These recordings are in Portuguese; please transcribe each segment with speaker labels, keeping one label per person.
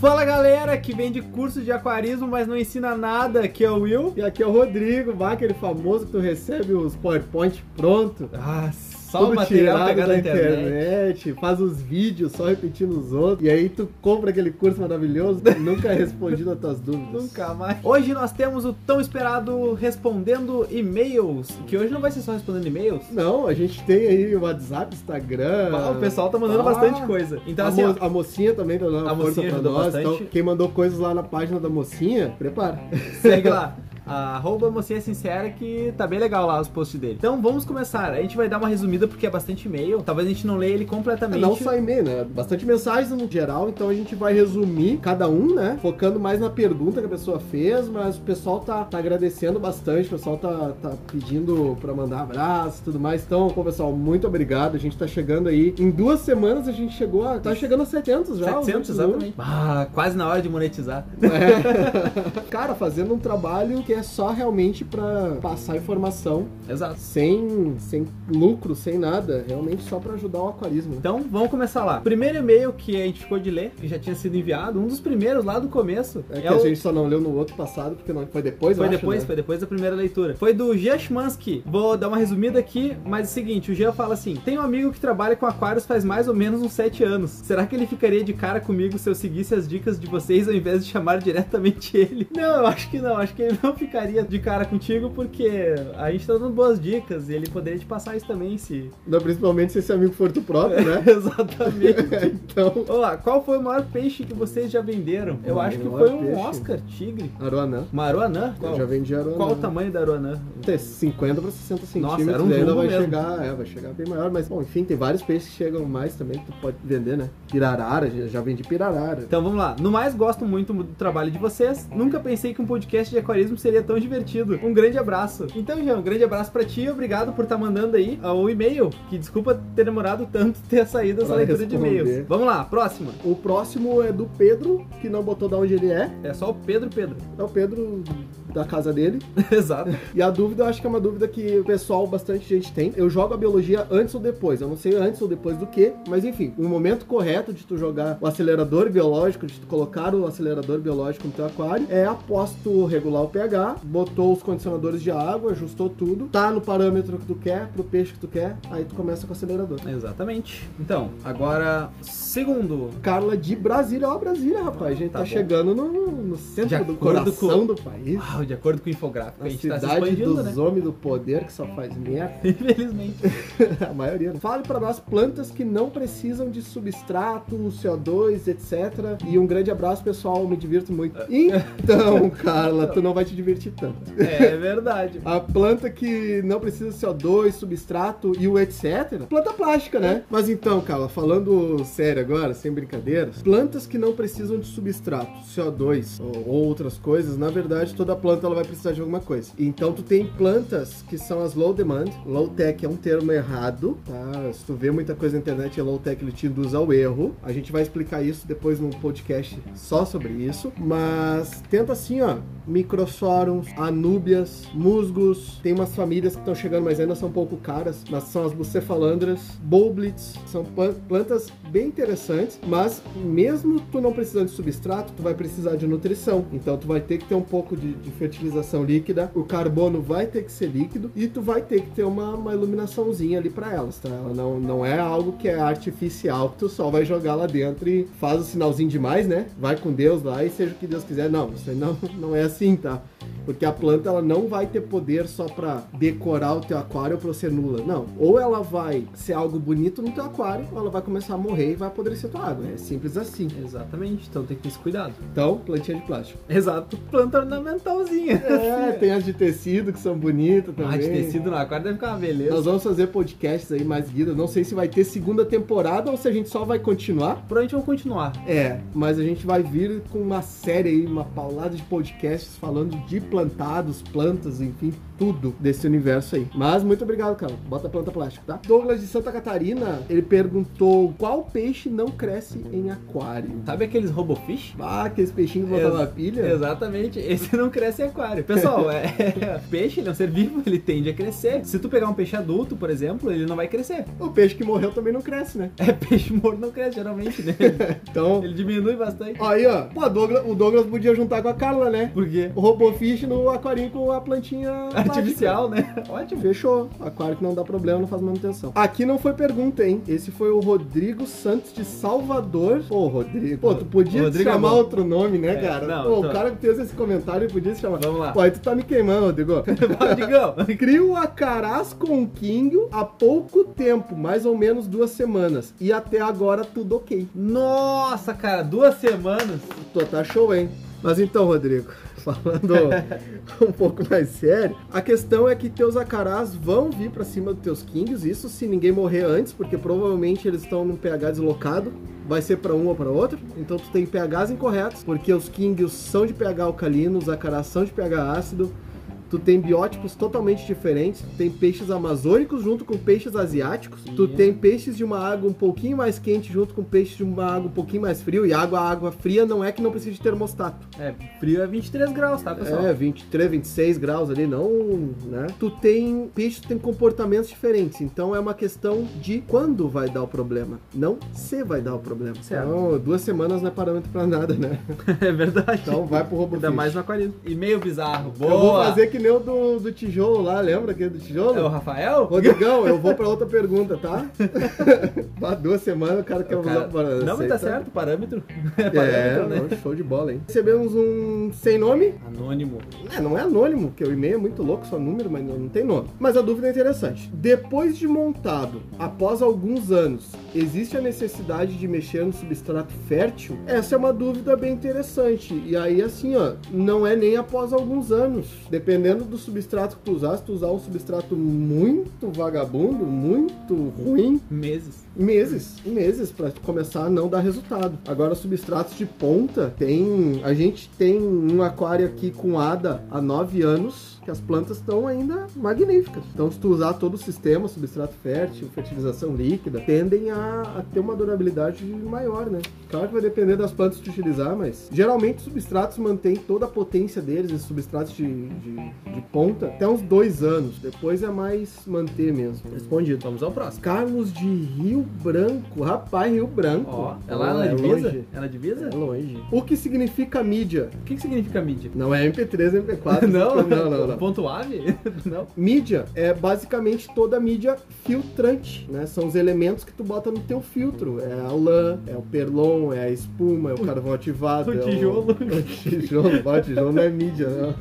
Speaker 1: Fala galera que vem de curso de aquarismo, mas não ensina nada. Aqui é o Will
Speaker 2: E aqui é o Rodrigo, bah, aquele famoso que tu recebe os PowerPoint pronto.
Speaker 1: Ah, só o
Speaker 2: Tudo
Speaker 1: material
Speaker 2: tirado
Speaker 1: pegado
Speaker 2: da
Speaker 1: na internet.
Speaker 2: internet, faz os vídeos só repetindo os outros. E aí tu compra aquele curso maravilhoso, nunca é respondido as tuas dúvidas.
Speaker 1: Nunca mais. Hoje nós temos o tão esperado respondendo e-mails. Que hoje não vai ser só respondendo e-mails.
Speaker 2: Não, a gente tem aí o WhatsApp, Instagram.
Speaker 1: Ah, o pessoal tá mandando
Speaker 2: ah.
Speaker 1: bastante coisa. Então,
Speaker 2: a,
Speaker 1: assim,
Speaker 2: mo-
Speaker 1: ó,
Speaker 2: a mocinha também tá dando
Speaker 1: A
Speaker 2: uma força
Speaker 1: mocinha
Speaker 2: pra
Speaker 1: ajudou
Speaker 2: nós.
Speaker 1: bastante.
Speaker 2: Então, quem mandou coisas lá na página da mocinha, prepara.
Speaker 1: segue lá. a Arroba Mocinha Sincera, que tá bem legal lá os posts dele. Então vamos começar. A gente vai dar uma resumida porque é bastante e-mail. Talvez a gente É, não leia ele completamente.
Speaker 2: Não só e-mail, né? Bastante mensagens no geral, então a gente vai resumir cada um, né? Focando mais na pergunta que a pessoa fez, mas o pessoal tá, tá agradecendo bastante, o pessoal tá, tá pedindo pra mandar abraço e tudo mais. Então, pô, pessoal, muito obrigado. A gente tá chegando aí. Em duas semanas a gente chegou a. Tá chegando a 700 já.
Speaker 1: 700,
Speaker 2: o número.
Speaker 1: exatamente. Ah, quase na hora de monetizar.
Speaker 2: É. Cara, fazendo um trabalho que é só realmente pra passar informação,
Speaker 1: Exato.
Speaker 2: sem, sem lucro, sem nada, realmente só pra ajudar o aquarismo. né?
Speaker 1: Então, vamos começar lá. Primeiro e-mail que a gente ficou de ler, que já tinha sido enviado, um dos primeiros lá do começo.
Speaker 2: É que
Speaker 1: é
Speaker 2: a
Speaker 1: o-
Speaker 2: gente só não leu no outro passado, porque não, foi depois,
Speaker 1: Foi
Speaker 2: eu acho,
Speaker 1: depois,
Speaker 2: né?
Speaker 1: foi depois da primeira leitura. Foi do Jean Schmansky. Vou dar uma resumida aqui, mas é o seguinte, o Jean fala assim: tem um amigo que trabalha com aquários faz mais ou menos uns 7 anos. Será que ele ficaria de cara comigo se eu seguisse as dicas de vocês ao invés de chamar diretamente ele? Não, eu acho que não, acho que ele não ficaria de cara contigo, porque a gente tá dando boas dicas e ele poderia te passar isso também, se.
Speaker 2: Não, principalmente se esse amigo for tu próprio, né?
Speaker 1: Exatamente.
Speaker 2: então...
Speaker 1: Olá, qual foi o maior peixe que vocês já venderam? Eu
Speaker 2: O
Speaker 1: acho que
Speaker 2: maior
Speaker 1: foi um
Speaker 2: peixe?
Speaker 1: Oscar tigre.
Speaker 2: Aruanã.
Speaker 1: Maruanã? Qual,
Speaker 2: Eu já vendi Aruanã.
Speaker 1: qual o tamanho da Aruanã?
Speaker 2: Tem 50 para 60
Speaker 1: Nossa,
Speaker 2: centímetros,
Speaker 1: era um
Speaker 2: daí ainda
Speaker 1: jumbo
Speaker 2: vai
Speaker 1: mesmo.
Speaker 2: chegar, é, vai chegar bem maior, mas bom, enfim, tem vários peixes que chegam mais também que tu pode vender, né? Pirarara, já já vendi pirarara.
Speaker 1: Então vamos lá. No mais, gosto muito do trabalho de vocês. Nunca pensei que um podcast de aquarismo seria tão divertido. Um grande abraço. Então, Jean, um grande abraço pra ti. Obrigado por estar mandando aí ah, o e-mail. Que desculpa ter demorado tanto ter saído essa
Speaker 2: Pra
Speaker 1: leitura de
Speaker 2: responder.
Speaker 1: e-mails. Vamos lá, próxima.
Speaker 2: O próximo é do Pedro, que não botou de onde ele é.
Speaker 1: É só o Pedro Pedro.
Speaker 2: É o Pedro da casa dele.
Speaker 1: Exato.
Speaker 2: E a dúvida, eu acho que é uma dúvida que o pessoal, bastante gente tem. Eu jogo a biologia antes ou depois. Eu não sei antes ou depois do que, mas enfim, o momento correto de tu jogar o acelerador biológico, de tu colocar o acelerador biológico no teu aquário, é após tu regular o pH, botou os condicionadores de água, ajustou tudo, tá no parâmetro que tu quer, pro peixe que tu quer, aí tu começa com o acelerador.
Speaker 1: Exatamente. Então, agora, segundo.
Speaker 2: Carla de Brasília, ó Brasília, rapaz, a gente
Speaker 1: Tá
Speaker 2: tá,
Speaker 1: bom.
Speaker 2: chegando no, no centro
Speaker 1: De
Speaker 2: do
Speaker 1: acordo
Speaker 2: coração do país.
Speaker 1: Uau, Ah, de acordo com o infográfico, a,
Speaker 2: A
Speaker 1: gente tá se
Speaker 2: cidade
Speaker 1: expandindo,
Speaker 2: dos
Speaker 1: né?
Speaker 2: homens do poder que só faz merda.
Speaker 1: Infelizmente.
Speaker 2: A maioria. né? Fale pra nós plantas que não precisam de substrato, CO2, etc. E um grande abraço, pessoal. Me divirto muito. Então, Carla, tu não vai te divertir tanto.
Speaker 1: É verdade.
Speaker 2: A planta que não precisa de CO2, substrato e o etc. Planta plástica, né? Mas então, Carla, falando sério agora, sem brincadeiras, plantas que não precisam de substrato, CO2 ou outras coisas, na verdade, toda planta ela vai precisar de alguma coisa. Então, tu tem plantas que são as low demand. Low tech é um termo errado, tá? Se tu vê muita coisa na internet, é low tech, ele te induz ao erro. A gente vai explicar isso depois num podcast só sobre isso. Mas tenta assim, ó. Microsorums, anúbias, musgos. Tem umas famílias que estão chegando, mas ainda são um pouco caras. Mas são as bucefalandras, boblitz. São plan- plantas bem interessantes. Mas mesmo tu não precisando de substrato, tu vai precisar de nutrição. Então tu vai ter que ter um pouco de, de fertilização líquida. O carbono vai ter que ser líquido. E tu vai ter que ter uma, uma iluminaçãozinha ali para elas, tá? Ela não, não é algo que é artificial, que tu só vai jogar lá dentro e faz o sinalzinho demais, né? Vai com Deus lá e seja o que Deus quiser. Não, isso aí não, não é assim, tá? Porque a planta ela não vai ter poder só pra decorar o teu aquário ou pra ser nula. Não. Ou ela vai ser algo bonito no teu aquário, ou ela vai começar a morrer e vai apodrecer tua água. É simples assim.
Speaker 1: Exatamente, então tem que ter esse cuidado.
Speaker 2: Então, plantinha de plástico.
Speaker 1: Exato, planta ornamentalzinha.
Speaker 2: É, tem as de tecido que são bonitas também.
Speaker 1: Ah, de tecido no aquário deve ficar uma beleza.
Speaker 2: Nós vamos fazer podcasts aí mais guidas. Não sei se vai ter segunda temporada ou se a gente só vai continuar.
Speaker 1: Provavelmente vamos continuar.
Speaker 2: É, mas a gente vai vir com uma série aí, uma paulada de podcasts falando de plantados, plantas, enfim, tudo desse universo aí. Mas muito obrigado, cara. Bota planta plástica, tá? Douglas de Santa Catarina, ele perguntou qual peixe não cresce em aquário.
Speaker 1: Sabe aqueles robofish?
Speaker 2: Ah, aqueles peixinhos que
Speaker 1: Ex-
Speaker 2: botavam a pilha?
Speaker 1: Exatamente, esse não cresce em aquário. Pessoal, é, peixe ele é um ser vivo, ele tende a crescer. Se tu pegar um peixe adulto, por exemplo, ele não vai crescer.
Speaker 2: O peixe que morreu também não cresce, né?
Speaker 1: É peixe morto não cresce geralmente, né?
Speaker 2: Então,
Speaker 1: Ele diminui bastante.
Speaker 2: aí ó, pô, Douglas- o Douglas podia juntar com a Carla, né?
Speaker 1: Por quê?
Speaker 2: O Robofish no aquarinho com a plantinha plástica.
Speaker 1: Artificial, né? Ótimo.
Speaker 2: Fechou. Aquário que não dá problema, não faz manutenção. Aqui não foi pergunta, hein? Esse foi o Rodrigo Santos de Salvador. Pô, Rodrigo. Pô, tu podia te
Speaker 1: Rodrigo é
Speaker 2: chamar
Speaker 1: bom.
Speaker 2: outro nome, né,
Speaker 1: É,
Speaker 2: cara?
Speaker 1: não,
Speaker 2: Pô,
Speaker 1: tô-
Speaker 2: o cara que fez esse comentário podia se chamar.
Speaker 1: Vamos lá.
Speaker 2: Pô, aí tu tá me queimando, Rodrigo.
Speaker 1: Digão.
Speaker 2: Crio a Caras com Kingo há pouco tempo, mais ou menos duas semanas. E até agora tudo ok.
Speaker 1: Nossa, cara, duas semanas.
Speaker 2: Tu tá show, hein? Mas então, Rodrigo, falando um pouco mais sério, a questão é que teus acarás vão vir pra cima dos teus kings, isso se ninguém morrer antes, porque provavelmente eles estão num pH deslocado, vai ser pra um ou pra outro. Então tu tem pHs incorretos, porque os kings são de pH alcalino, os acarás são de pH ácido. Tu tem biótipos totalmente diferentes, tu tem peixes amazônicos junto com peixes asiáticos, tu
Speaker 1: Ih.
Speaker 2: tem peixes de uma água um pouquinho mais quente junto com peixes de uma água um pouquinho mais frio, e água água fria não é que não precisa de termostato.
Speaker 1: É, frio é 23 graus, tá, pessoal?
Speaker 2: É, 23, 26 graus ali, não, né? Tu tem, peixe tem comportamentos diferentes, então é uma questão de quando vai dar o problema, não se vai dar o problema.
Speaker 1: Certo.
Speaker 2: Então, duas semanas não é parâmetro pra nada, né?
Speaker 1: É, verdade.
Speaker 2: Então vai pro robô
Speaker 1: Ainda mais no aquarismo. E-mail bizarro. Boa.
Speaker 2: Eu vou fazer que nem o do, do tijolo lá, lembra aquele do tijolo?
Speaker 1: É o Rafael?
Speaker 2: Rodrigão, eu vou pra outra pergunta, tá? Há duas semanas o cara quer
Speaker 1: O
Speaker 2: usar
Speaker 1: cara-
Speaker 2: para
Speaker 1: Não, mas tá
Speaker 2: aceitar.
Speaker 1: certo, parâmetro. É
Speaker 2: É,
Speaker 1: parâmetro, né?
Speaker 2: não, show de bola, hein? Recebemos um sem nome,
Speaker 1: Anônimo.
Speaker 2: É, não é anônimo, porque o e-mail é muito louco, só número, mas não não tem nome. Mas a dúvida é interessante. Depois de montado, após alguns anos, existe a necessidade de mexer no substrato fértil? Essa é uma dúvida bem interessante. E aí, assim, ó, não é nem após alguns anos. Dependendo do substrato que tu usar, se tu usar um substrato muito vagabundo, muito ruim,
Speaker 1: Meses.
Speaker 2: meses, meses para começar a não dar resultado. Agora substratos de ponta tem, a gente tem um aquário aqui com ADA há 9 anos, que as plantas estão ainda magníficas. Então se tu usar todo o sistema, substrato fértil, fertilização líquida, tendem a, a ter uma durabilidade maior, né? Claro que vai depender das plantas que tu utilizar, mas geralmente os substratos mantêm toda a potência deles, esses substratos de, de, de ponta, até uns dois anos. Depois é mais manter mesmo. Respondido.
Speaker 1: Vamos ao próximo.
Speaker 2: Carlos de Rio Branco. Rapaz, Rio Branco.
Speaker 1: Ó, é
Speaker 2: Ah,
Speaker 1: lá na
Speaker 2: é
Speaker 1: divisa?
Speaker 2: longe.
Speaker 1: É na divisa?
Speaker 2: É longe. O que significa mídia?
Speaker 1: O que, que significa mídia?
Speaker 2: Não é MP3, MP4.
Speaker 1: não?
Speaker 2: não, não, não.
Speaker 1: Ponto ave? não.
Speaker 2: Mídia é basicamente toda a mídia filtrante, né? São os elementos que tu bota no teu filtro. É a lã, é o perlon, é a espuma, é o carvão ativado.
Speaker 1: O
Speaker 2: é
Speaker 1: Um tijolo.
Speaker 2: O tijolo, bota, o tijolo não é mídia, não.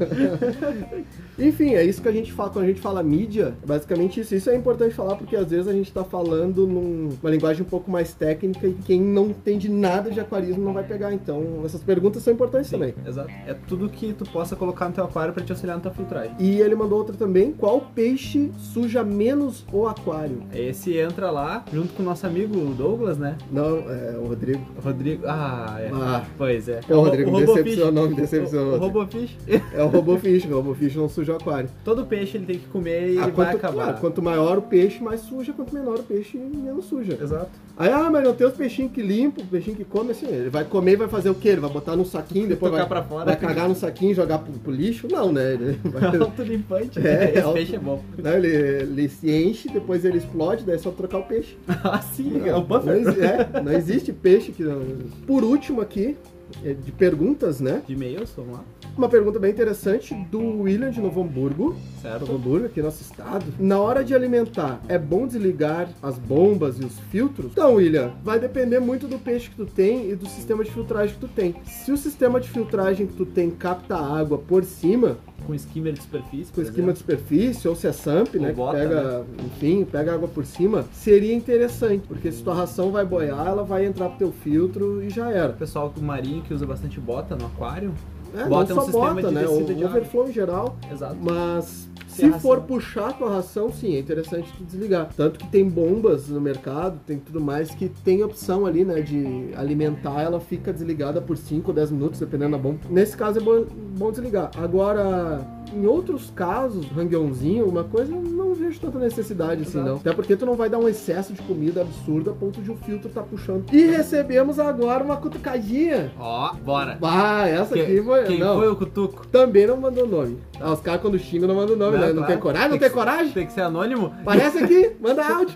Speaker 2: Enfim, é isso que a gente fala quando a gente fala mídia, é basicamente isso. Isso é importante falar porque às vezes a gente tá falando numa linguagem um pouco mais técnica e quem não entende nada de aquarismo não vai pegar. Então, essas perguntas são importantes também.
Speaker 1: Exato. É tudo que tu possa colocar no teu aquário pra te auxiliar na tua filtragem.
Speaker 2: E ele mandou outra também, qual peixe suja menos o aquário?
Speaker 1: Esse entra lá, junto com o nosso amigo Douglas, né?
Speaker 2: Não, é o Rodrigo.
Speaker 1: Rodrigo. Ah, é.
Speaker 2: Ah,
Speaker 1: Pois é.
Speaker 2: é o Rodrigo, me
Speaker 1: Robofish.
Speaker 2: decepcionou, me
Speaker 1: O,
Speaker 2: decepcionou.
Speaker 1: o Robofish,
Speaker 2: É o Robofish, o Robofish não suja o aquário.
Speaker 1: todo peixe ele tem que comer e
Speaker 2: Ah,
Speaker 1: ele
Speaker 2: quanto,
Speaker 1: vai acabar.
Speaker 2: claro, quanto maior o peixe, mais suja, quanto menor o peixe, menos suja.
Speaker 1: Exato.
Speaker 2: Aí, ah, mas não tem os peixinhos que limpam, os peixinhos que comem, assim, ele vai comer e vai fazer o quê? Ele vai botar num saquinho, depois
Speaker 1: Tocar
Speaker 2: vai,
Speaker 1: pra fora.
Speaker 2: vai cagar no saquinho e jogar pro, pro lixo? Não, né? Ele, vai-
Speaker 1: Autolimpante.
Speaker 2: É,
Speaker 1: Esse
Speaker 2: auto-
Speaker 1: peixe é bom.
Speaker 2: né? ele, ele se enche, depois ele explode, daí é só trocar o peixe.
Speaker 1: Ah, sim, é
Speaker 2: Não,
Speaker 1: o buffer.
Speaker 2: não exi- é, não existe peixe que não... Por último aqui, é de perguntas, né?
Speaker 1: De e-mails, vamos um lá.
Speaker 2: Uma pergunta bem interessante do William de Novo Hamburgo. Novo
Speaker 1: Certo.
Speaker 2: Hamburgo, aqui é nosso estado. Na hora de alimentar, é bom desligar as bombas e os filtros? Então, William, vai depender muito do peixe que tu tem e do sistema de filtragem que tu tem. Se o sistema de filtragem que tu tem capta água por cima,
Speaker 1: Com skimmer de superfície.
Speaker 2: com
Speaker 1: por
Speaker 2: esquema de superfície, ou se é SAMP,
Speaker 1: Ou
Speaker 2: né? que
Speaker 1: bota,
Speaker 2: pega, enfim, pega água por cima, seria interessante, porque se tua ração vai boiar, ela vai entrar pro teu filtro e já era.
Speaker 1: O pessoal do marinho que usa bastante bota no aquário.
Speaker 2: É,
Speaker 1: Bota um
Speaker 2: não só
Speaker 1: sistema
Speaker 2: bota,
Speaker 1: de
Speaker 2: né?
Speaker 1: descida de
Speaker 2: O
Speaker 1: água.
Speaker 2: overflow em geral,
Speaker 1: Exato.
Speaker 2: mas Se
Speaker 1: a
Speaker 2: for
Speaker 1: ração-
Speaker 2: puxar com a ração, sim, é interessante tu desligar. Tanto que tem bombas no mercado, tem tudo mais, que tem opção ali, né, de alimentar, ela fica desligada por 5 ou 10 minutos, dependendo da bomba. Nesse caso é bom, bom desligar. Agora, em outros casos, rangueãozinho, uma coisa, eu não vejo tanta necessidade assim,
Speaker 1: Exato.
Speaker 2: não. Até porque tu não vai dar um excesso de comida absurdo a ponto de o filtro tá puxando. E recebemos agora uma cutucadinha.
Speaker 1: Ó, bora.
Speaker 2: Ah, essa aqui foi...
Speaker 1: quem
Speaker 2: não.
Speaker 1: foi o cutuco?
Speaker 2: Também não mandou nome. Ah, os caras quando xingam não mandam nome, né? Não
Speaker 1: claro.
Speaker 2: tem coragem, não
Speaker 1: que
Speaker 2: tem
Speaker 1: ser-
Speaker 2: coragem?
Speaker 1: Tem que ser anônimo?
Speaker 2: Parece aqui, manda áudio.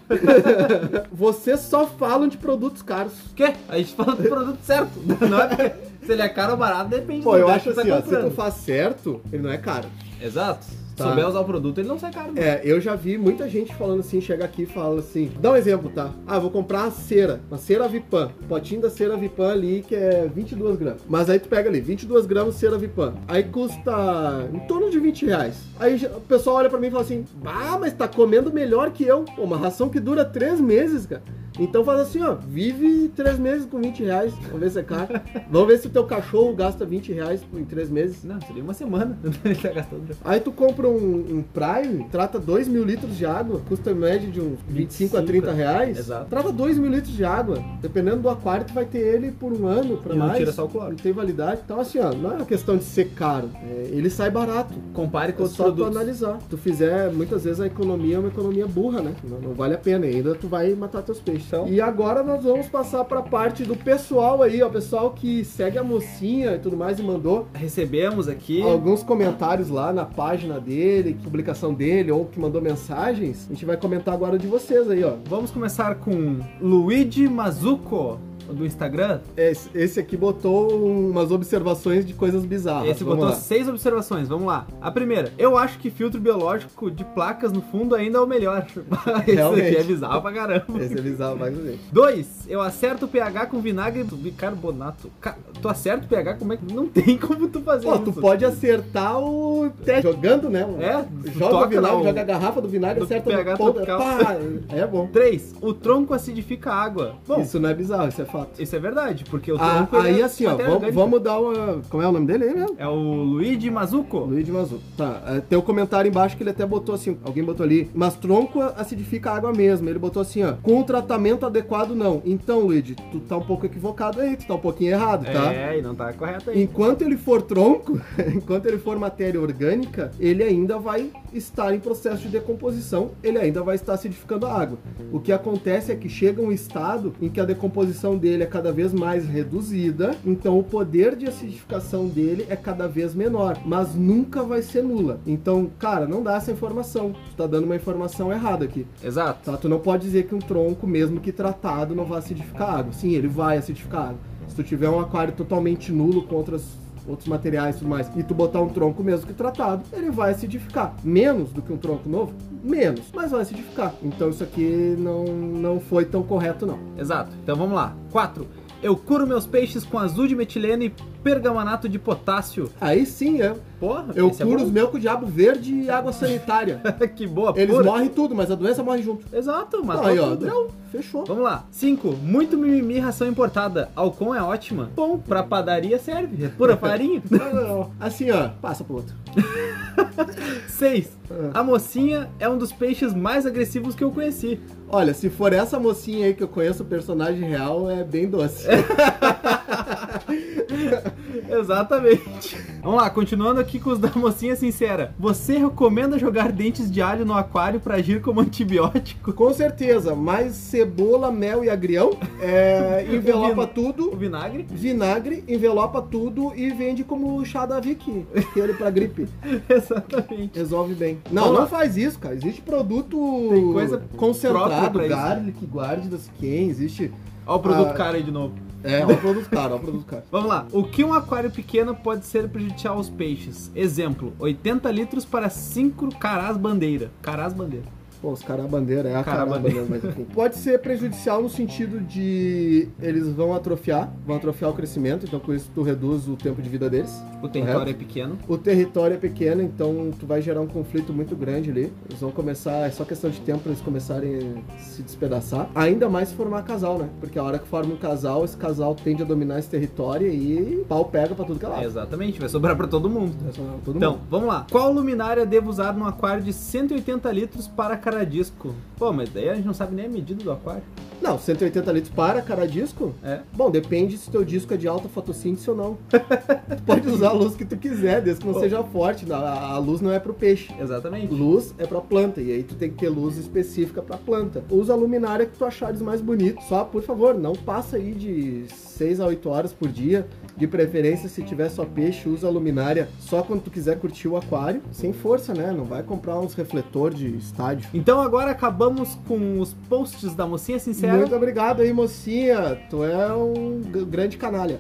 Speaker 2: Vocês só falam de produtos caros.
Speaker 1: Quê? A gente fala do produto certo. Não é porque se ele é caro ou barato, depende
Speaker 2: Pô,
Speaker 1: do
Speaker 2: eu
Speaker 1: lugar
Speaker 2: acho
Speaker 1: que tu
Speaker 2: assim,
Speaker 1: tá
Speaker 2: ó, se tu
Speaker 1: comprando.
Speaker 2: faz certo, ele não é caro.
Speaker 1: Exato. Se
Speaker 2: Tá.
Speaker 1: souber usar o produto, ele não sai caro. né? não.
Speaker 2: É, eu já vi muita gente falando assim, chega aqui e fala assim, dá um exemplo, tá? Ah, vou comprar a cera, uma cera Vipan, potinho da cera Vipan ali que é 22 gramas. Mas aí tu pega ali, 22 gramas cera Vipan, aí custa em torno de 20 reais. Aí já- o pessoal olha pra mim e fala assim, ah, mas tá comendo melhor que eu. Pô, uma ração que dura 3 meses, cara. Então faz assim, ó, vive 3 meses com 20 reais, vamos ver se é caro. Vamos ver se o teu cachorro gasta 20 reais em 3 meses.
Speaker 1: Não, seria uma semana. ele tá gastando.
Speaker 2: Aí tu compra um, um Prime, trata 2 mil litros de água, custa em média de uns 25 a 30 reais.
Speaker 1: Exato.
Speaker 2: Trata 2 mil litros de água. Dependendo do aquário, tu vai ter ele por um ano pra
Speaker 1: E não
Speaker 2: mais.
Speaker 1: tira só o cloro.
Speaker 2: Não tem validade. Então, assim, ó, não é uma questão de ser caro. É, ele sai barato.
Speaker 1: Compare com
Speaker 2: É
Speaker 1: outros
Speaker 2: só tu
Speaker 1: produtos.
Speaker 2: analisar. Tu fizer, muitas vezes a economia é uma economia burra, né? Não, não vale a pena. E ainda tu vai matar teus peixes.
Speaker 1: Então-
Speaker 2: E agora nós vamos passar pra parte do pessoal aí, ó. Pessoal que segue a mocinha e tudo mais e mandou
Speaker 1: Recebemos aqui.
Speaker 2: alguns comentários lá na página dele, que- publicação dele, ou que mandou mensagens. A gente vai comentar agora de vocês aí, ó.
Speaker 1: Vamos começar com Luigi Mazuco, do Instagram.
Speaker 2: É, Esse, esse aqui botou um, umas observações de coisas bizarras.
Speaker 1: Esse
Speaker 2: Ah, Vamos
Speaker 1: botou
Speaker 2: lá.
Speaker 1: seis observações, vamos lá. A primeira, eu acho que filtro biológico de placas no fundo ainda é o melhor. Esse aqui é
Speaker 2: Realmente.
Speaker 1: bizarro pra caramba.
Speaker 2: Esse é bizarro, mas assim.
Speaker 1: Dois, eu acerto o pH com vinagre do bicarbonato. Ca- Tu acerta o pH? Como é que. Não tem como tu fazer
Speaker 2: Pô,
Speaker 1: isso.
Speaker 2: tu pode acertar o teste jogando, né? Mano?
Speaker 1: É, tu
Speaker 2: Joga
Speaker 1: toca
Speaker 2: o vinagre,
Speaker 1: lá o-
Speaker 2: joga a garrafa do vinagre,
Speaker 1: do
Speaker 2: acerta
Speaker 1: pH
Speaker 2: no ponto.
Speaker 1: tropical.
Speaker 2: Pá, é bom.
Speaker 1: 3. O tronco acidifica a água. Bom, isso,
Speaker 2: Isso não é bizarro, isso é fato.
Speaker 1: é verdade, porque o
Speaker 2: Ah,
Speaker 1: tronco. ele
Speaker 2: aí
Speaker 1: é
Speaker 2: assim, ó,
Speaker 1: matéria
Speaker 2: vamos,
Speaker 1: orgânica.
Speaker 2: vamos dar uma. Como é o nome dele aí mesmo?
Speaker 1: É o Luigi Mazuco?
Speaker 2: Luiz de Mazu. Tá, é, tem um comentário embaixo que ele até botou assim, alguém botou ali, mas tronco acidifica a água mesmo. Ele botou assim, ó, com o tratamento adequado não. Então, Luiz, tu tá um pouco equivocado aí, tu tá um pouquinho errado, tá?
Speaker 1: É, e não tá correto aí.
Speaker 2: Enquanto ele for tronco, enquanto ele for matéria orgânica, ele ainda vai estar em processo de decomposição, ele ainda vai estar acidificando a água. O que acontece é que chega um estado em que a decomposição dele é cada vez mais reduzida, então o poder de acidificação dele é cada vez menor, mas nunca vai ser nula. Então, cara, não dá essa informação. Tu tá dando uma informação errada aqui.
Speaker 1: Exato.
Speaker 2: Tá? Tu não pode dizer que um tronco, mesmo que tratado, não vai acidificar água. Sim, ele vai acidificar água. Se tu tiver um aquário totalmente nulo com outras- outros materiais e tudo mais, e tu botar um tronco mesmo que tratado, ele vai acidificar. Menos do que um tronco novo? Menos, mas vai acidificar. Então isso aqui não, não foi tão correto, não.
Speaker 1: Exato. Então vamos lá. 4. Eu curo meus peixes com azul de metileno e pergamanato de potássio.
Speaker 2: Aí sim, é.
Speaker 1: Porra,
Speaker 2: Eu
Speaker 1: esse
Speaker 2: curo
Speaker 1: é
Speaker 2: os meus com diabo verde e água sanitária.
Speaker 1: bom. Que boa,
Speaker 2: Eles
Speaker 1: pura.
Speaker 2: morrem tudo, mas a doença morre junto.
Speaker 1: Exato, mas tá
Speaker 2: Aí, ó.
Speaker 1: tudo.
Speaker 2: Não, fechou.
Speaker 1: Vamos lá. 5. Muito mimimi ração importada. Alcon é ótima. Bom, pra padaria serve. É pura farinha.
Speaker 2: Não, não, não. Assim, ó, passa pro outro.
Speaker 1: 6.
Speaker 2: Ah.
Speaker 1: A mocinha é um dos peixes mais agressivos que eu conheci.
Speaker 2: Olha, se for essa mocinha aí que eu conheço, o personagem real é bem doce.
Speaker 1: Exatamente. Vamos lá, continuando aqui com os da mocinha sincera. Você recomenda jogar dentes de alho no aquário pra agir como antibiótico?
Speaker 2: Com certeza, mas cebola, mel e agrião é,
Speaker 1: Vin-
Speaker 2: envelopa
Speaker 1: O
Speaker 2: tudo,
Speaker 1: vinagre?
Speaker 2: vinagre, envelopa tudo e vende como chá da Vicky, aquele pra gripe.
Speaker 1: Exatamente.
Speaker 2: Resolve bem. Não,
Speaker 1: Vamos
Speaker 2: não
Speaker 1: lá.
Speaker 2: faz isso, cara. Existe produto
Speaker 1: Tem coisa própria
Speaker 2: concentrado,
Speaker 1: pra isso.
Speaker 2: garlic, guarde das quem, existe.
Speaker 1: Olha o produto
Speaker 2: Ah.
Speaker 1: caro aí de novo.
Speaker 2: É, ó, o produto caro, ó, o produto caro.
Speaker 1: Vamos lá. O que um aquário pequeno pode ser prejudicial aos peixes? Exemplo: 80 litros para 5 carás bandeira. Carás bandeira.
Speaker 2: Pô, os carabandeira, é a
Speaker 1: Carabandeira.
Speaker 2: carabandeira, mas enfim. Pode ser prejudicial no sentido de eles vão atrofiar, vão atrofiar o crescimento, então com isso tu reduz o tempo de vida deles.
Speaker 1: O território é pequeno.
Speaker 2: O território é pequeno, então tu vai gerar um conflito muito grande ali. Eles vão começar, é só questão de tempo pra eles começarem a se despedaçar. Ainda mais se formar casal, né? Porque a hora que forma um casal, esse casal tende a dominar esse território e pau pega pra tudo que é lado.
Speaker 1: Exatamente, vai sobrar pra todo mundo.
Speaker 2: É só todo mundo.
Speaker 1: Então, vamos lá. Qual luminária devo usar num aquário de 180 litros para caradisco? Pô, mas daí a gente não sabe nem a medida do aquário.
Speaker 2: Não, 180 litros para cada disco?
Speaker 1: É.
Speaker 2: Bom, depende se teu disco é de alta fotossíntese ou não. tu pode usar a luz que tu quiser, desde que não
Speaker 1: Bom.
Speaker 2: seja forte. Não, A, a luz não é pro peixe.
Speaker 1: Exatamente.
Speaker 2: Luz é pra planta, e aí tu tem que ter luz específica pra planta. Usa a luminária que tu achares mais bonito. Só, por favor, não passa aí de 6 a 8 horas por dia. De preferência, se tiver só peixe, usa a luminária só quando tu quiser curtir o aquário. Sem força, né? Não vai comprar uns refletor de estádio.
Speaker 1: Então agora acabamos com os posts da mocinha sincera.
Speaker 2: Muito obrigado aí, mocinha. Tu é um g- grande canalha.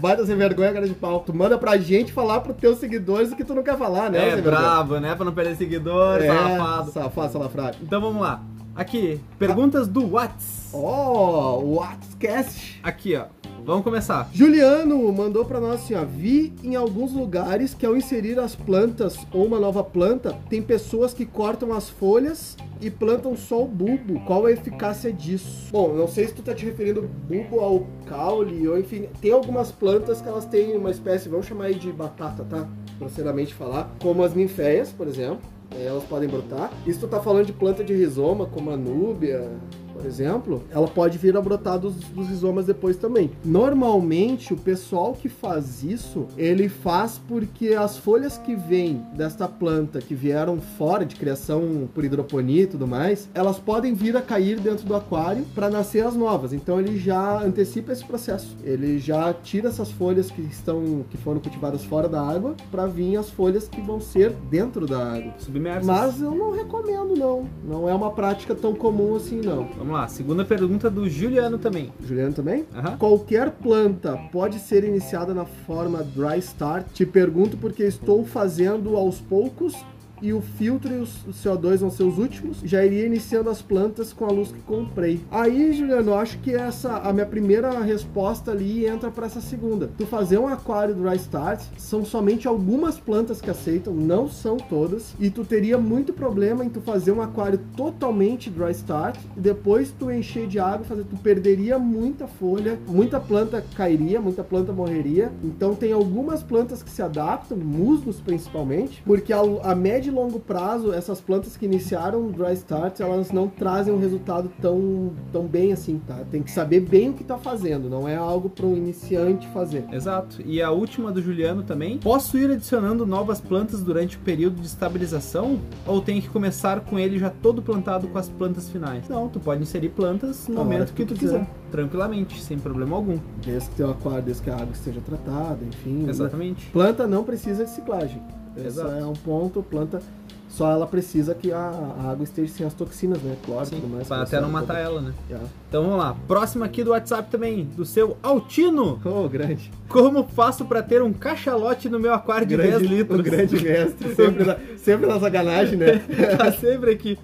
Speaker 2: Vai sem vergonha, cara de pau. Tu manda pra gente falar pros teus seguidores o que tu não quer falar, né?
Speaker 1: é,
Speaker 2: sem
Speaker 1: bravo, né? Pra não perder seguidor,
Speaker 2: vergonha?
Speaker 1: safado.
Speaker 2: É, safado, salafrado.
Speaker 1: Então vamos lá. Aqui, perguntas do Whats.
Speaker 2: Ó, oh, WhatsCast.
Speaker 1: Aqui, ó. Vamos começar.
Speaker 2: Juliano mandou pra nós assim, ó. Vi em alguns lugares que ao inserir as plantas ou uma nova planta, tem pessoas que cortam as folhas e plantam só o bulbo. Qual a eficácia disso? Bom, não sei se tu tá te referindo bulbo ao caule ou enfim. Tem algumas plantas que elas têm uma espécie, vamos chamar aí de batata, tá? Grosseiramente falar. Como as ninféias, por exemplo. É, elas podem brotar. Isso tu tá falando de planta de rizoma, como a núbia, por exemplo, ela pode vir a brotar dos, dos rizomas depois também. Normalmente, o pessoal que faz isso, ele faz porque as folhas que vêm desta planta, que vieram fora de criação por hidroponia e tudo mais, elas podem vir a cair dentro do aquário para nascer as novas. Então, ele já antecipa esse processo. Ele já tira essas folhas que estão, que foram cultivadas fora da água, para vir as folhas que vão ser dentro da água.
Speaker 1: Submersos.
Speaker 2: Mas eu não recomendo, não. Não é uma prática tão comum assim, não.
Speaker 1: Vamos lá. Segunda pergunta do Juliano também.
Speaker 2: Juliano também?
Speaker 1: Aham.
Speaker 2: Qualquer planta pode ser iniciada na forma dry start? Te pergunto porque estou fazendo aos poucos e o filtro e o CO2 vão ser os últimos. Já iria iniciando as plantas com a luz que comprei. Aí, Juliano, eu acho que essa a minha primeira resposta ali entra para essa segunda. Tu fazer um aquário dry start são somente algumas plantas que aceitam, não são todas, e tu teria muito problema em tu fazer um aquário totalmente dry start e depois tu encher de água, fazer tu perderia muita folha, muita planta cairia, muita planta morreria. Então tem algumas plantas que se adaptam, musgos principalmente, porque a, a médio e longo prazo essas plantas que iniciaram o dry start, elas não trazem um resultado tão tão bem assim, tá? Tem que saber bem o que tá fazendo, não é algo para um iniciante fazer.
Speaker 1: Exato. E a última do Juliano também. Posso ir adicionando novas plantas durante o período de estabilização? Ou tem que começar com ele já todo plantado com as plantas finais? Não, tu pode inserir plantas no
Speaker 2: Na hora
Speaker 1: momento que
Speaker 2: que
Speaker 1: tu
Speaker 2: tu Uhum.
Speaker 1: quiser. Tranquilamente, sem problema algum.
Speaker 2: Desde que teu aquário, desde que a água esteja tratada, enfim, né?
Speaker 1: Exatamente.
Speaker 2: Planta não precisa de ciclagem. Esse
Speaker 1: Exato.
Speaker 2: é um ponto, planta. Só ela precisa que a, a água esteja sem as toxinas, né? Cloro e
Speaker 1: Sim,
Speaker 2: tudo mais. um
Speaker 1: pra até não matar ela, né?
Speaker 2: ela.
Speaker 1: Então vamos lá. Próxima aqui do WhatsApp também, do seu Altino.
Speaker 2: Oh, grande.
Speaker 1: Como faço pra ter um cachalote no meu aquário de 10 litros?
Speaker 2: O grande mestre. Sempre na, sempre na sacanagem, né?
Speaker 1: tá sempre aqui.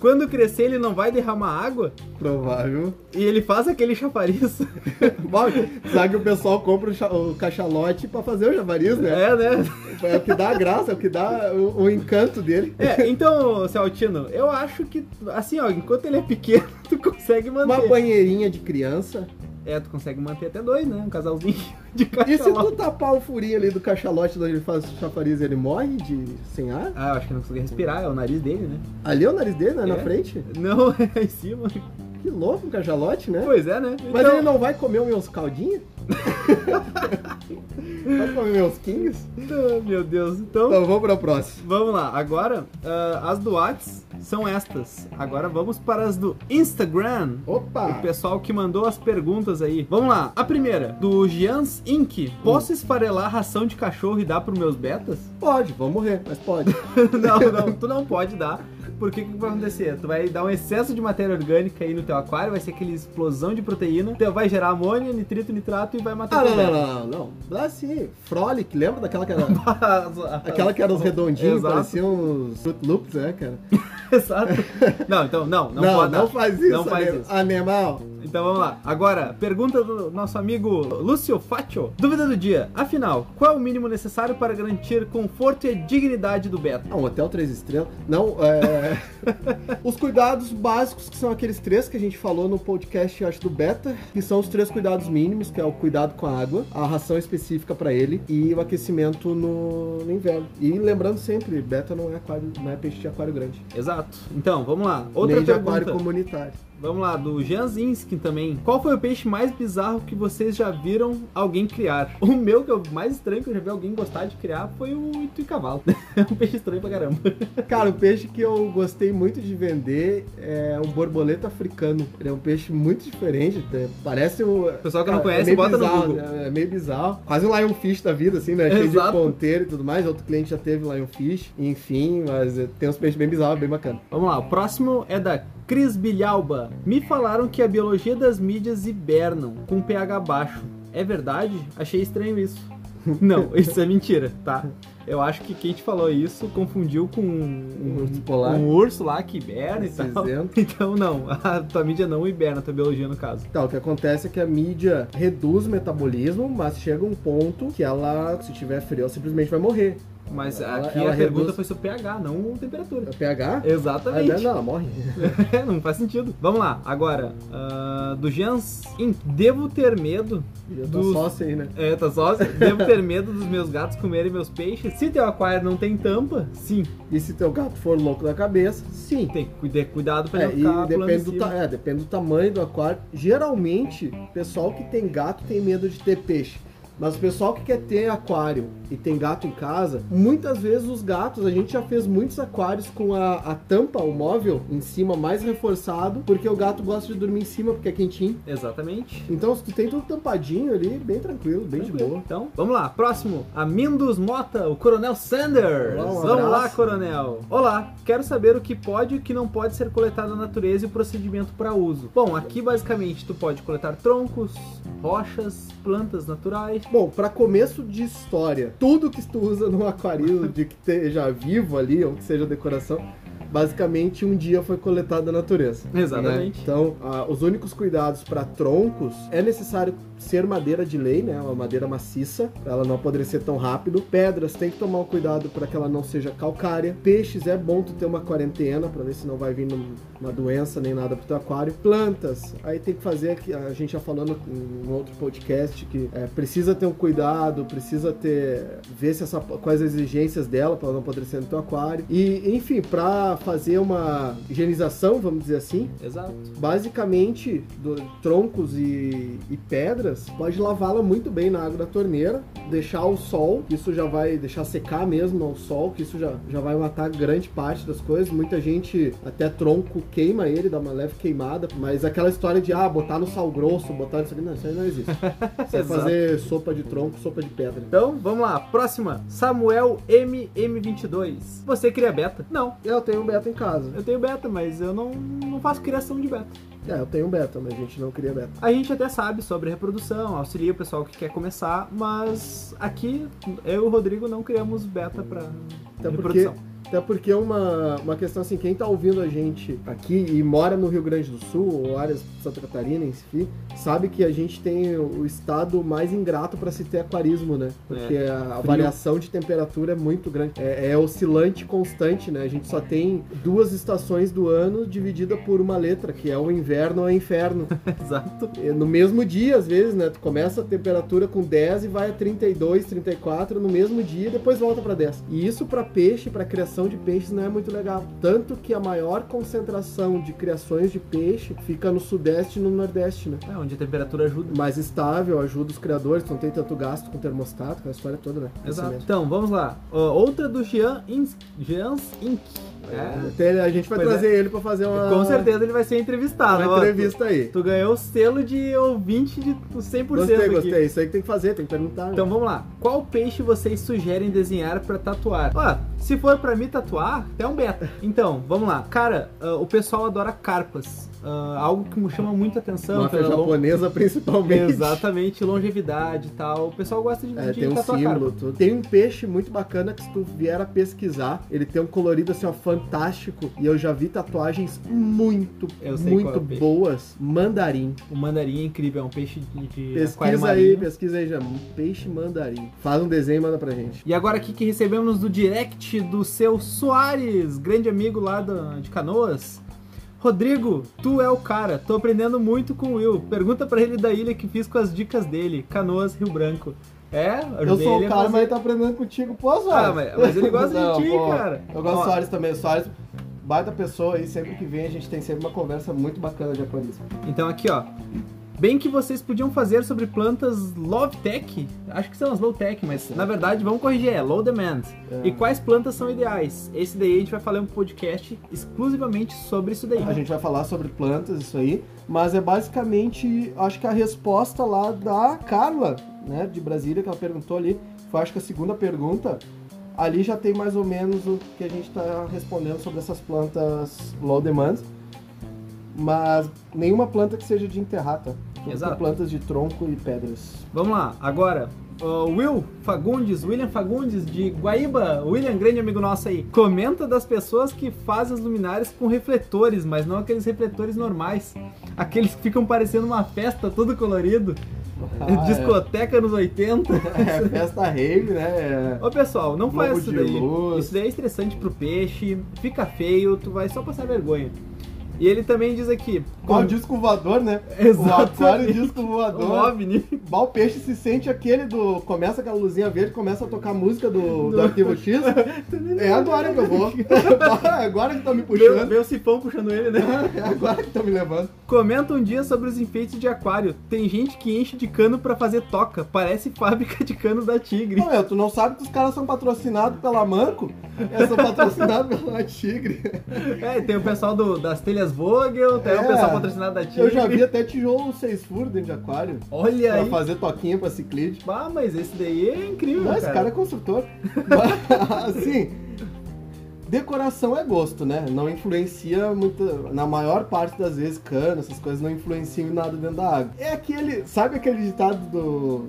Speaker 1: Quando crescer, ele não vai derramar água?
Speaker 2: Provável.
Speaker 1: E ele faz aquele chapariz.
Speaker 2: Bom, sabe que o pessoal compra o, cha- o cachalote pra fazer o javariz, né?
Speaker 1: É, né?
Speaker 2: É o que dá a graça, é o que dá o, o encanto dele.
Speaker 1: É, então, seu Altino, eu acho que, assim, ó, enquanto ele é pequeno, tu consegue manter.
Speaker 2: Uma banheirinha de criança.
Speaker 1: É, tu consegue manter até dois, né? Um casalzinho de
Speaker 2: E se
Speaker 1: cachalote.
Speaker 2: tu tapar o furinho ali do cachalote onde ele faz o chafariz, ele morre de sem ar?
Speaker 1: Ah, eu acho que não consegue respirar, é o nariz dele, né?
Speaker 2: Ali é o nariz dele, né?
Speaker 1: É.
Speaker 2: Na frente?
Speaker 1: Não, é em cima.
Speaker 2: Que louco, um cachalote, né?
Speaker 1: Pois é, né?
Speaker 2: Mas
Speaker 1: Então-
Speaker 2: ele não vai comer meus caldinhos? vai comer meus kings?
Speaker 1: Ah, Meu Deus, então...
Speaker 2: Então vamos pra próxima.
Speaker 1: Vamos lá, agora ah, as do Whats são estas. Agora vamos para as do Instagram. O
Speaker 2: Opa!
Speaker 1: pessoal que mandou as perguntas aí. Vamos lá. A primeira, do Gians Inc. Posso esfarelar ração de cachorro e dar pros meus betas?
Speaker 2: Pode, vão morrer, mas pode.
Speaker 1: não, não, tu não pode dar, Porque o que vai acontecer? Tu vai dar um excesso de matéria orgânica aí no teu aquário, vai ser aquele explosão de proteína, então vai gerar amônia, nitrito, nitrato e vai matar
Speaker 2: Ah,
Speaker 1: o
Speaker 2: não,
Speaker 1: teu
Speaker 2: não, não, não. não. Ah, sim. Frolic, lembra daquela que era,
Speaker 1: verme.
Speaker 2: aquela que era os redondinhos,
Speaker 1: Exato.
Speaker 2: pareciam uns Fruit Loops, né, cara?
Speaker 1: Exato. Não, então, não, não,
Speaker 2: Não, não,
Speaker 1: pode. dar.
Speaker 2: faz isso,
Speaker 1: Não faz
Speaker 2: anim-
Speaker 1: isso.
Speaker 2: animal.
Speaker 1: Então vamos lá. Agora, pergunta do nosso amigo Lúcio Faccio. Dúvida do dia. Afinal, qual é o mínimo necessário para garantir conforto e dignidade do beta?
Speaker 2: Ah, um hotel três estrelas. Não, é... os cuidados básicos, que são aqueles três que a gente falou no podcast, eu acho, do Beta, que são os três cuidados mínimos, que é o cuidado com a água, a ração específica pra ele e o aquecimento no, no inverno. E lembrando sempre, Beta não é, aquário, não é peixe de aquário grande,
Speaker 1: Exato. Então, vamos lá. Outra
Speaker 2: nem de
Speaker 1: pergunta.
Speaker 2: aquário comunitário.
Speaker 1: Vamos lá, do Jan Zinskin também. Qual foi o peixe mais bizarro que vocês já viram alguém criar? O meu, que é o mais estranho que eu já vi alguém gostar de criar, foi o tuicavalo. É um peixe estranho pra caramba.
Speaker 2: Cara, o peixe que eu gostei muito de vender é um borboleta africano. Ele é um peixe muito diferente, né? parece um...
Speaker 1: O pessoal que não conhece,
Speaker 2: meio
Speaker 1: bota
Speaker 2: bizarro,
Speaker 1: no Google.
Speaker 2: né? É meio bizarro. Quase um Lionfish da vida, assim, né? Cheio de
Speaker 1: Exato.
Speaker 2: ponteiro e tudo mais. Outro cliente já teve Lionfish. Enfim, mas é, tem uns peixes bem bizarros, bem bacana.
Speaker 1: Vamos lá, o próximo é da Cris Bilhalba. Me falaram que a biologia das mídias hibernam com pH baixo. É verdade? Achei estranho isso. Não, isso é mentira, tá? Eu acho que quem te falou isso confundiu com um,
Speaker 2: Um urso polar. um
Speaker 1: um urso lá que hiberna e tal.
Speaker 2: Cinzento.
Speaker 1: Então não, a tua mídia não hiberna, a tua biologia no caso.
Speaker 2: Tá, o que acontece é que a mídia reduz o metabolismo, mas chega um ponto que ela, se tiver frio, ela simplesmente vai morrer.
Speaker 1: Mas
Speaker 2: Ela-
Speaker 1: aqui
Speaker 2: ela
Speaker 1: a pergunta
Speaker 2: reduz-
Speaker 1: foi sobre pH, não temperatura.
Speaker 2: O pH? Ah,
Speaker 1: Exatamente.
Speaker 2: não, ela morre.
Speaker 1: É, não faz sentido. Vamos lá, agora. ah, do Jans Inc. Devo ter medo
Speaker 2: Já tá
Speaker 1: Dos-
Speaker 2: sócio aí, né?
Speaker 1: É, tá sócio? Devo ter medo dos meus gatos comerem meus peixes? Se teu aquário não tem tampa, sim.
Speaker 2: E se teu gato for louco da cabeça, sim.
Speaker 1: Tem que ter cuidado pra
Speaker 2: É,
Speaker 1: não
Speaker 2: e
Speaker 1: ficar pulando em
Speaker 2: depende do,
Speaker 1: cima.
Speaker 2: ta- é, depende do tamanho do aquário. Geralmente, o pessoal que tem gato tem medo de ter peixe. Mas o pessoal que quer ter aquário e tem gato em casa, muitas vezes os gatos, a gente já fez muitos aquários com a, a tampa, o móvel em cima mais reforçado, porque o gato gosta de dormir em cima porque é quentinho.
Speaker 1: Exatamente.
Speaker 2: Então, se tu tem tudo tampadinho ali, bem tranquilo, bem de
Speaker 1: Tranquilo.
Speaker 2: boa.
Speaker 1: Então, vamos lá. Próximo, Amindus Mota, o Coronel Sanders.
Speaker 2: Olá, um
Speaker 1: vamos lá,
Speaker 2: abraço.
Speaker 1: Coronel. Olá, quero saber o que pode e o que não pode ser coletado na natureza e o procedimento para uso. Bom, aqui basicamente tu pode coletar troncos, rochas, plantas naturais.
Speaker 2: Bom, para começo de história, tudo que tu usa num aquarismo de que esteja vivo ali, ou que seja decoração, basicamente um dia foi coletado da natureza.
Speaker 1: Exatamente.
Speaker 2: né? Então, ah, os únicos cuidados para troncos é necessário ser madeira de lei, né? Uma madeira maciça, pra ela não apodrecer tão rápido. Pedras tem que tomar um cuidado para que ela não seja calcária. Peixes é bom tu ter uma quarentena para ver se não vai vir num- uma doença nem nada pro teu aquário. Plantas, aí tem que fazer aqui, a gente já falando em um outro podcast que é, precisa ter um cuidado, precisa ter ver se essa, quais as exigências dela para não apodrecer no teu aquário. E enfim, para fazer uma higienização, vamos dizer assim,
Speaker 1: Exato.
Speaker 2: basicamente do- troncos e, e pedras, pode lavá-la muito bem na água da torneira, deixar ao sol, que isso já vai deixar secar mesmo ao sol, que isso já, já vai matar grande parte das coisas. Muita gente até tronco queima ele, dá uma leve queimada, mas aquela história de ah, botar no sal grosso, botar isso aqui, não, isso aí não existe. Você vai
Speaker 1: Exato.
Speaker 2: fazer sopa de tronco, sopa de pedra.
Speaker 1: Então, vamos lá. Próxima. Samuel MM22. Você cria beta? Não.
Speaker 2: Eu tenho um beta em casa.
Speaker 1: Eu tenho beta, mas eu não, não faço criação de beta.
Speaker 2: É, eu tenho um beta, mas a gente não cria beta.
Speaker 1: A gente até sabe sobre reprodução, auxilia o pessoal que quer começar, mas aqui eu e o Rodrigo não criamos beta pra
Speaker 2: Até Então, porque
Speaker 1: reprodução.
Speaker 2: Até porque é uma, uma questão assim, quem tá ouvindo a gente aqui e mora no Rio Grande do Sul, ou áreas de Santa Catarina, enfim, sabe que a gente tem o estado mais ingrato para se ter aquarismo, né? Porque a, a
Speaker 1: Frio.
Speaker 2: variação de temperatura é muito grande. É, é oscilante constante, né? A gente só tem duas estações do ano dividida por uma letra, que é o inverno ou o inferno.
Speaker 1: Exato.
Speaker 2: E No mesmo dia, às vezes, né? Tu começa a temperatura com 10 e vai a 32, 34 no mesmo dia, depois volta para 10. E isso para peixe, para criação de peixes, não é muito legal. Tanto que a maior concentração de criações de peixe fica no sudeste e no nordeste, né?
Speaker 1: É onde a temperatura ajuda.
Speaker 2: Mais estável, ajuda os criadores, não tem tanto gasto com termostato, com a história toda, né?
Speaker 1: Exato.
Speaker 2: Isso
Speaker 1: Então, vamos lá. Ó, outra do Jean Inc. Jeans Inc.
Speaker 2: mesmo.
Speaker 1: É.
Speaker 2: Até a gente vai
Speaker 1: Pois
Speaker 2: trazer ele para fazer uma,
Speaker 1: Com certeza ele vai ser entrevistado.
Speaker 2: É. uma
Speaker 1: ó.
Speaker 2: entrevista aí.
Speaker 1: Tu ganhou o selo de ouvinte de 100%
Speaker 2: Gostei,
Speaker 1: aqui.
Speaker 2: gostei. Isso aí que tem que fazer, tem que perguntar. né?
Speaker 1: Então vamos lá. Qual peixe vocês sugerem desenhar pra tatuar? Ó, se for pra me tatuar, até um beta. Então, vamos lá. Cara, ah, o pessoal adora carpas. Ah, algo que me chama muita atenção.
Speaker 2: Máfia
Speaker 1: pela lon-
Speaker 2: japonesa, principalmente.
Speaker 1: Exatamente, longevidade e tal. O pessoal gosta de,
Speaker 2: É,
Speaker 1: de
Speaker 2: tem um
Speaker 1: tatuar
Speaker 2: símbolo,
Speaker 1: carpa.
Speaker 2: tudo. Tem um peixe muito bacana que se tu vier a pesquisar, ele tem um colorido assim, ó, fantástico. E eu já vi tatuagens muito,
Speaker 1: Eu sei qual é
Speaker 2: muito
Speaker 1: o peixe.
Speaker 2: boas. Mandarim.
Speaker 1: O mandarim é incrível, é um peixe de, de aquário
Speaker 2: Pesquisa aí,
Speaker 1: marinho.
Speaker 2: pesquisa aí já. Um Peixe mandarim. Faz um desenho e manda pra gente.
Speaker 1: E agora aqui que recebemos do direct do seu Soares, grande amigo lá da- de Canoas. Rodrigo, tu é o cara, tô aprendendo muito com o Will. Pergunta pra ele da ilha que fiz com as dicas dele, Canoas, Rio Branco. É,
Speaker 2: Eu
Speaker 1: ajudei
Speaker 2: sou
Speaker 1: ele
Speaker 2: o
Speaker 1: a
Speaker 2: cara,
Speaker 1: fazer.
Speaker 2: mas ele tá aprendendo contigo. Pô, Soares.
Speaker 1: Ah, mas, mas ele gosta
Speaker 2: Não,
Speaker 1: de ti,
Speaker 2: pô,
Speaker 1: cara.
Speaker 2: Eu gosto
Speaker 1: Ó,
Speaker 2: do Soares também. O Soares, baita pessoa aí, sempre que vem a gente tem sempre uma conversa muito bacana de aquarismo.
Speaker 1: Então aqui, ó. Bem que vocês podiam fazer sobre plantas Love Tech, acho que são as Low Tech, mas na verdade vamos corrigir, é Low Demand.
Speaker 2: É.
Speaker 1: E quais plantas são ideais? Esse daí a gente vai falar um podcast exclusivamente sobre isso daí.
Speaker 2: A gente vai falar sobre plantas, isso aí. Mas é basicamente, acho que a resposta lá da Carla, né, de Brasília, que ela perguntou ali, foi acho que a segunda pergunta. Ali já tem mais ou menos o que a gente está respondendo sobre essas plantas low demand. Mas nenhuma planta que seja de enterrar, tá? Tudo
Speaker 1: Exato.
Speaker 2: Plantas de tronco e pedras.
Speaker 1: Vamos lá, agora. ó, Will Fagundes, William Fagundes de Guaíba, William, grande amigo nosso aí, comenta das pessoas que fazem as luminárias com refletores, mas não aqueles refletores normais, aqueles que ficam parecendo uma festa todo colorido,
Speaker 2: Ah,
Speaker 1: é. discoteca nos 80.
Speaker 2: é, é festa rave, né? É-
Speaker 1: Ô pessoal, não faz
Speaker 2: Globo
Speaker 1: isso
Speaker 2: de
Speaker 1: daí.
Speaker 2: luz.
Speaker 1: Isso daí é estressante pro peixe, fica feio, tu vai só passar vergonha. E ele também diz aqui,
Speaker 2: Ó, o
Speaker 1: com-
Speaker 2: disco voador, né? O aquário
Speaker 1: Exatamente.
Speaker 2: disco
Speaker 1: Um
Speaker 2: voador.
Speaker 1: OVNI.
Speaker 2: Mal peixe se sente aquele do. Começa aquela luzinha verde, começa a tocar a música do, do
Speaker 1: Do-
Speaker 2: arquivo X. É agora que eu vou. agora que tá me
Speaker 1: Veio
Speaker 2: puxando.
Speaker 1: veio o sifão puxando ele, né?
Speaker 2: É agora que tá me levando.
Speaker 1: Comenta um dia sobre os enfeites de aquário. Tem gente que enche de cano pra fazer toca. Parece fábrica de canos da Tigre.
Speaker 2: Não, meu, tu não sabe que os caras são patrocinados pela Manco? É, são patrocinados pela Tigre.
Speaker 1: É, tem o pessoal do- das telhas Vogel, tem o
Speaker 2: É.
Speaker 1: pessoal patrocinado da Tigre.
Speaker 2: Eu já vi até tijolo seis furos dentro de aquário.
Speaker 1: Olha
Speaker 2: Pra
Speaker 1: aí.
Speaker 2: fazer toquinha pra ciclide.
Speaker 1: Ah, mas esse daí é incrível,
Speaker 2: Não, esse
Speaker 1: cara.
Speaker 2: cara é construtor. Mas, assim, decoração é gosto, né? Não influencia muito. Na maior parte das vezes, cano, essas coisas não influenciam em nada dentro da água. É aquele. Sabe aquele ditado do.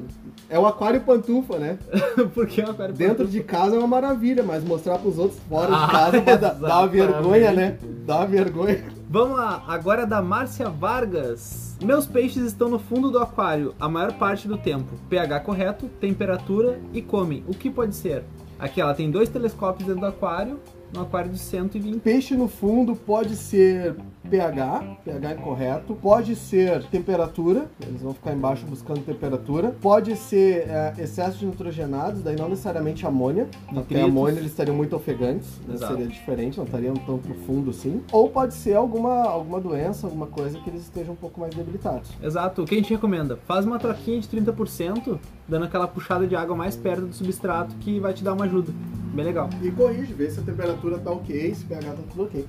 Speaker 2: É o aquário pantufa, né?
Speaker 1: Porque é um aquário
Speaker 2: Dentro de casa é uma maravilha, mas mostrar pros outros fora
Speaker 1: Ah,
Speaker 2: de casa vai dar- dá uma
Speaker 1: exatamente.
Speaker 2: vergonha, né? Dá uma vergonha.
Speaker 1: Vamos lá, agora é da Márcia Vargas. Meus peixes estão no fundo do aquário a maior parte do tempo. pH correto, temperatura e comem. O que pode ser? Aqui ela tem dois telescópios dentro do aquário, um aquário de 120.
Speaker 2: Peixe no fundo pode ser pH, pH incorreto, pode ser temperatura, eles vão ficar embaixo buscando temperatura, pode ser é, excesso de nitrogenados, daí não necessariamente amônia, porque
Speaker 1: Nitritos.
Speaker 2: amônia eles estariam muito ofegantes, né,
Speaker 1: Exato.
Speaker 2: seria diferente, não estariam tão profundo assim, ou pode ser alguma, alguma doença, alguma coisa que eles estejam um pouco mais debilitados.
Speaker 1: Exato, o que a gente recomenda? Faz uma troquinha de 30%, dando aquela puxada de água mais perto do substrato que vai te dar uma ajuda. Bem legal.
Speaker 2: E corrige, vê se a temperatura tá ok, se o pH tá tudo ok.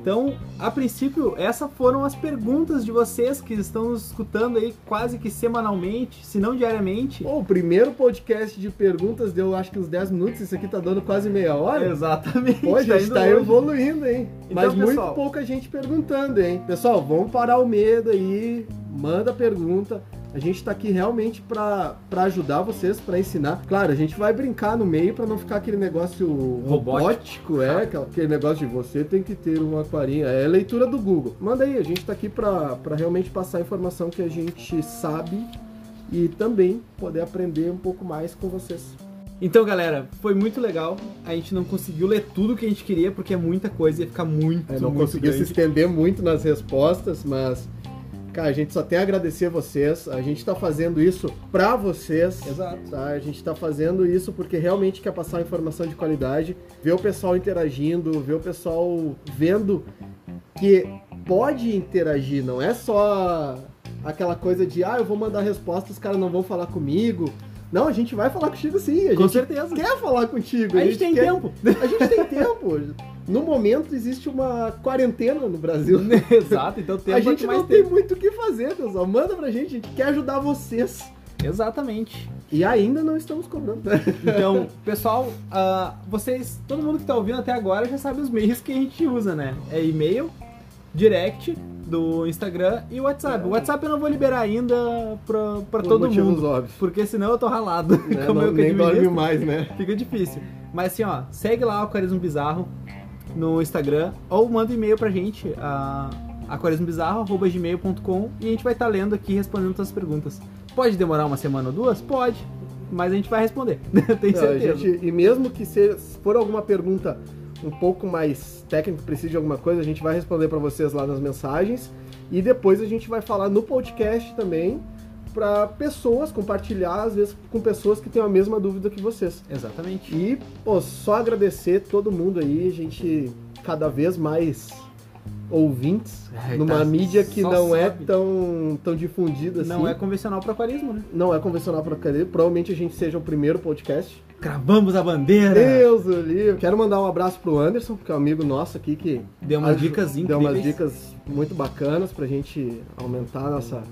Speaker 1: Então, a princípio, essas foram as perguntas de vocês que estão nos escutando aí quase que semanalmente, se não diariamente.
Speaker 2: Pô, o primeiro podcast de perguntas deu acho que uns 10 minutos, isso aqui tá dando quase meia hora.
Speaker 1: Exatamente.
Speaker 2: Pô, a gente
Speaker 1: indo
Speaker 2: tá
Speaker 1: longe.
Speaker 2: evoluindo, hein?
Speaker 1: Então,
Speaker 2: Mas
Speaker 1: pessoal-
Speaker 2: muito pouca gente perguntando, hein? Pessoal, vamos parar o medo aí, manda pergunta. A gente tá aqui realmente pra, pra ajudar vocês, pra ensinar. Claro, a gente vai brincar no meio pra não ficar aquele negócio
Speaker 1: Robótico.
Speaker 2: robótico, é, aquela- aquele negócio de você tem que ter um aquarinho. É leitura do Google. Manda aí, a gente tá aqui pra, pra realmente passar a informação que a gente sabe e também poder aprender um pouco mais com vocês.
Speaker 1: Então, galera, foi muito legal. A gente não conseguiu ler tudo que a gente queria, porque é muita coisa, ia ficar muito,
Speaker 2: É, não
Speaker 1: muito
Speaker 2: conseguiu se
Speaker 1: grande.
Speaker 2: estender muito nas respostas, mas cara, a gente só tem a agradecer a vocês. A gente tá fazendo isso pra vocês.
Speaker 1: Exato.
Speaker 2: Tá? A gente tá fazendo isso porque realmente quer passar informação de qualidade, ver o pessoal interagindo, ver o pessoal vendo que pode interagir, não é só aquela coisa de ah, eu vou mandar respostas, os caras não vão falar comigo. Não, a gente vai falar contigo sim, a
Speaker 1: Com
Speaker 2: gente
Speaker 1: certeza.
Speaker 2: quer falar contigo.
Speaker 1: A gente tem
Speaker 2: quer-
Speaker 1: tempo.
Speaker 2: a gente tem tempo. No momento existe uma quarentena no Brasil.
Speaker 1: Exato, então tempo é
Speaker 2: a
Speaker 1: o
Speaker 2: gente
Speaker 1: que mais
Speaker 2: não tem muito o que fazer, pessoal. Manda pra gente, a gente quer ajudar vocês.
Speaker 1: Exatamente.
Speaker 2: E ainda não estamos cobrando.
Speaker 1: Então, pessoal, ah, vocês, todo mundo que tá ouvindo até agora já sabe os meios que a gente usa, né? É e-mail, direct do Instagram e WhatsApp. O WhatsApp eu não vou liberar ainda pra, pra
Speaker 2: Por
Speaker 1: todo
Speaker 2: motivos
Speaker 1: mundo,
Speaker 2: óbvios.
Speaker 1: porque senão eu tô ralado.
Speaker 2: Né?
Speaker 1: Como
Speaker 2: Não-
Speaker 1: eu que
Speaker 2: nem dorme
Speaker 1: administro.
Speaker 2: mais, né?
Speaker 1: Fica difícil. Mas assim, ó, segue lá o Aquarismo Bizarro no Instagram ou manda um e-mail pra gente, a aquarismobizarro.gmail.com e a gente vai estar lendo aqui e respondendo todas as perguntas. Pode demorar uma semana ou duas? Pode. Mas a gente vai responder. Tem
Speaker 2: Não, a
Speaker 1: certeza.
Speaker 2: gente- e mesmo que seja, se for alguma pergunta um pouco mais técnica, precise de alguma coisa, a gente vai responder para vocês lá nas mensagens. E depois a gente vai falar no podcast também para pessoas compartilhar, às vezes com pessoas que têm a mesma dúvida que vocês.
Speaker 1: Exatamente.
Speaker 2: E, pô, só agradecer todo mundo aí, a gente cada vez mais ouvintes
Speaker 1: Ai,
Speaker 2: numa
Speaker 1: tá,
Speaker 2: mídia que
Speaker 1: só
Speaker 2: não é
Speaker 1: sobe.
Speaker 2: tão, tão difundida
Speaker 1: Não é
Speaker 2: assim.
Speaker 1: convencional para aquarismo, né?
Speaker 2: Não é convencional pra cadê? Provavelmente a gente seja o primeiro podcast.
Speaker 1: Cravamos a bandeira!
Speaker 2: Deus do livro! Quero mandar um abraço pro Anderson, que é um amigo nosso aqui que
Speaker 1: Deu umas
Speaker 2: aju-
Speaker 1: dicas incríveis.
Speaker 2: deu umas dicas muito bacanas pra gente aumentar a nossa,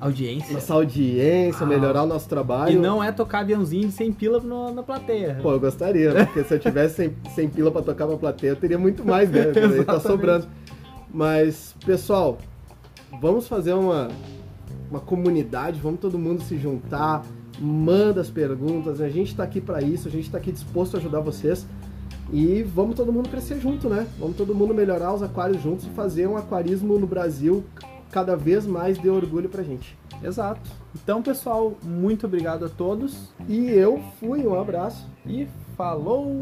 Speaker 1: Audiência.
Speaker 2: nossa audiência,
Speaker 1: Ah.
Speaker 2: melhorar o nosso
Speaker 1: E
Speaker 2: trabalho.
Speaker 1: não é tocar aviãozinho sem pila no- na plateia.
Speaker 2: Pô, eu gostaria, né? porque se eu tivesse sem, sem pila pra tocar pra plateia, eu teria muito mais, né? Aí tá
Speaker 1: Exatamente.
Speaker 2: sobrando. Mas, pessoal, vamos fazer uma, uma comunidade, vamos todo mundo se juntar, manda as perguntas, a gente tá aqui pra isso, a gente tá aqui disposto a ajudar vocês. E vamos todo mundo crescer junto, né? Vamos todo mundo melhorar os aquários juntos e fazer um aquarismo no Brasil cada vez mais dê orgulho pra gente.
Speaker 1: Exato. Então, pessoal, muito obrigado a todos
Speaker 2: E eu fui, um abraço.
Speaker 1: e falou!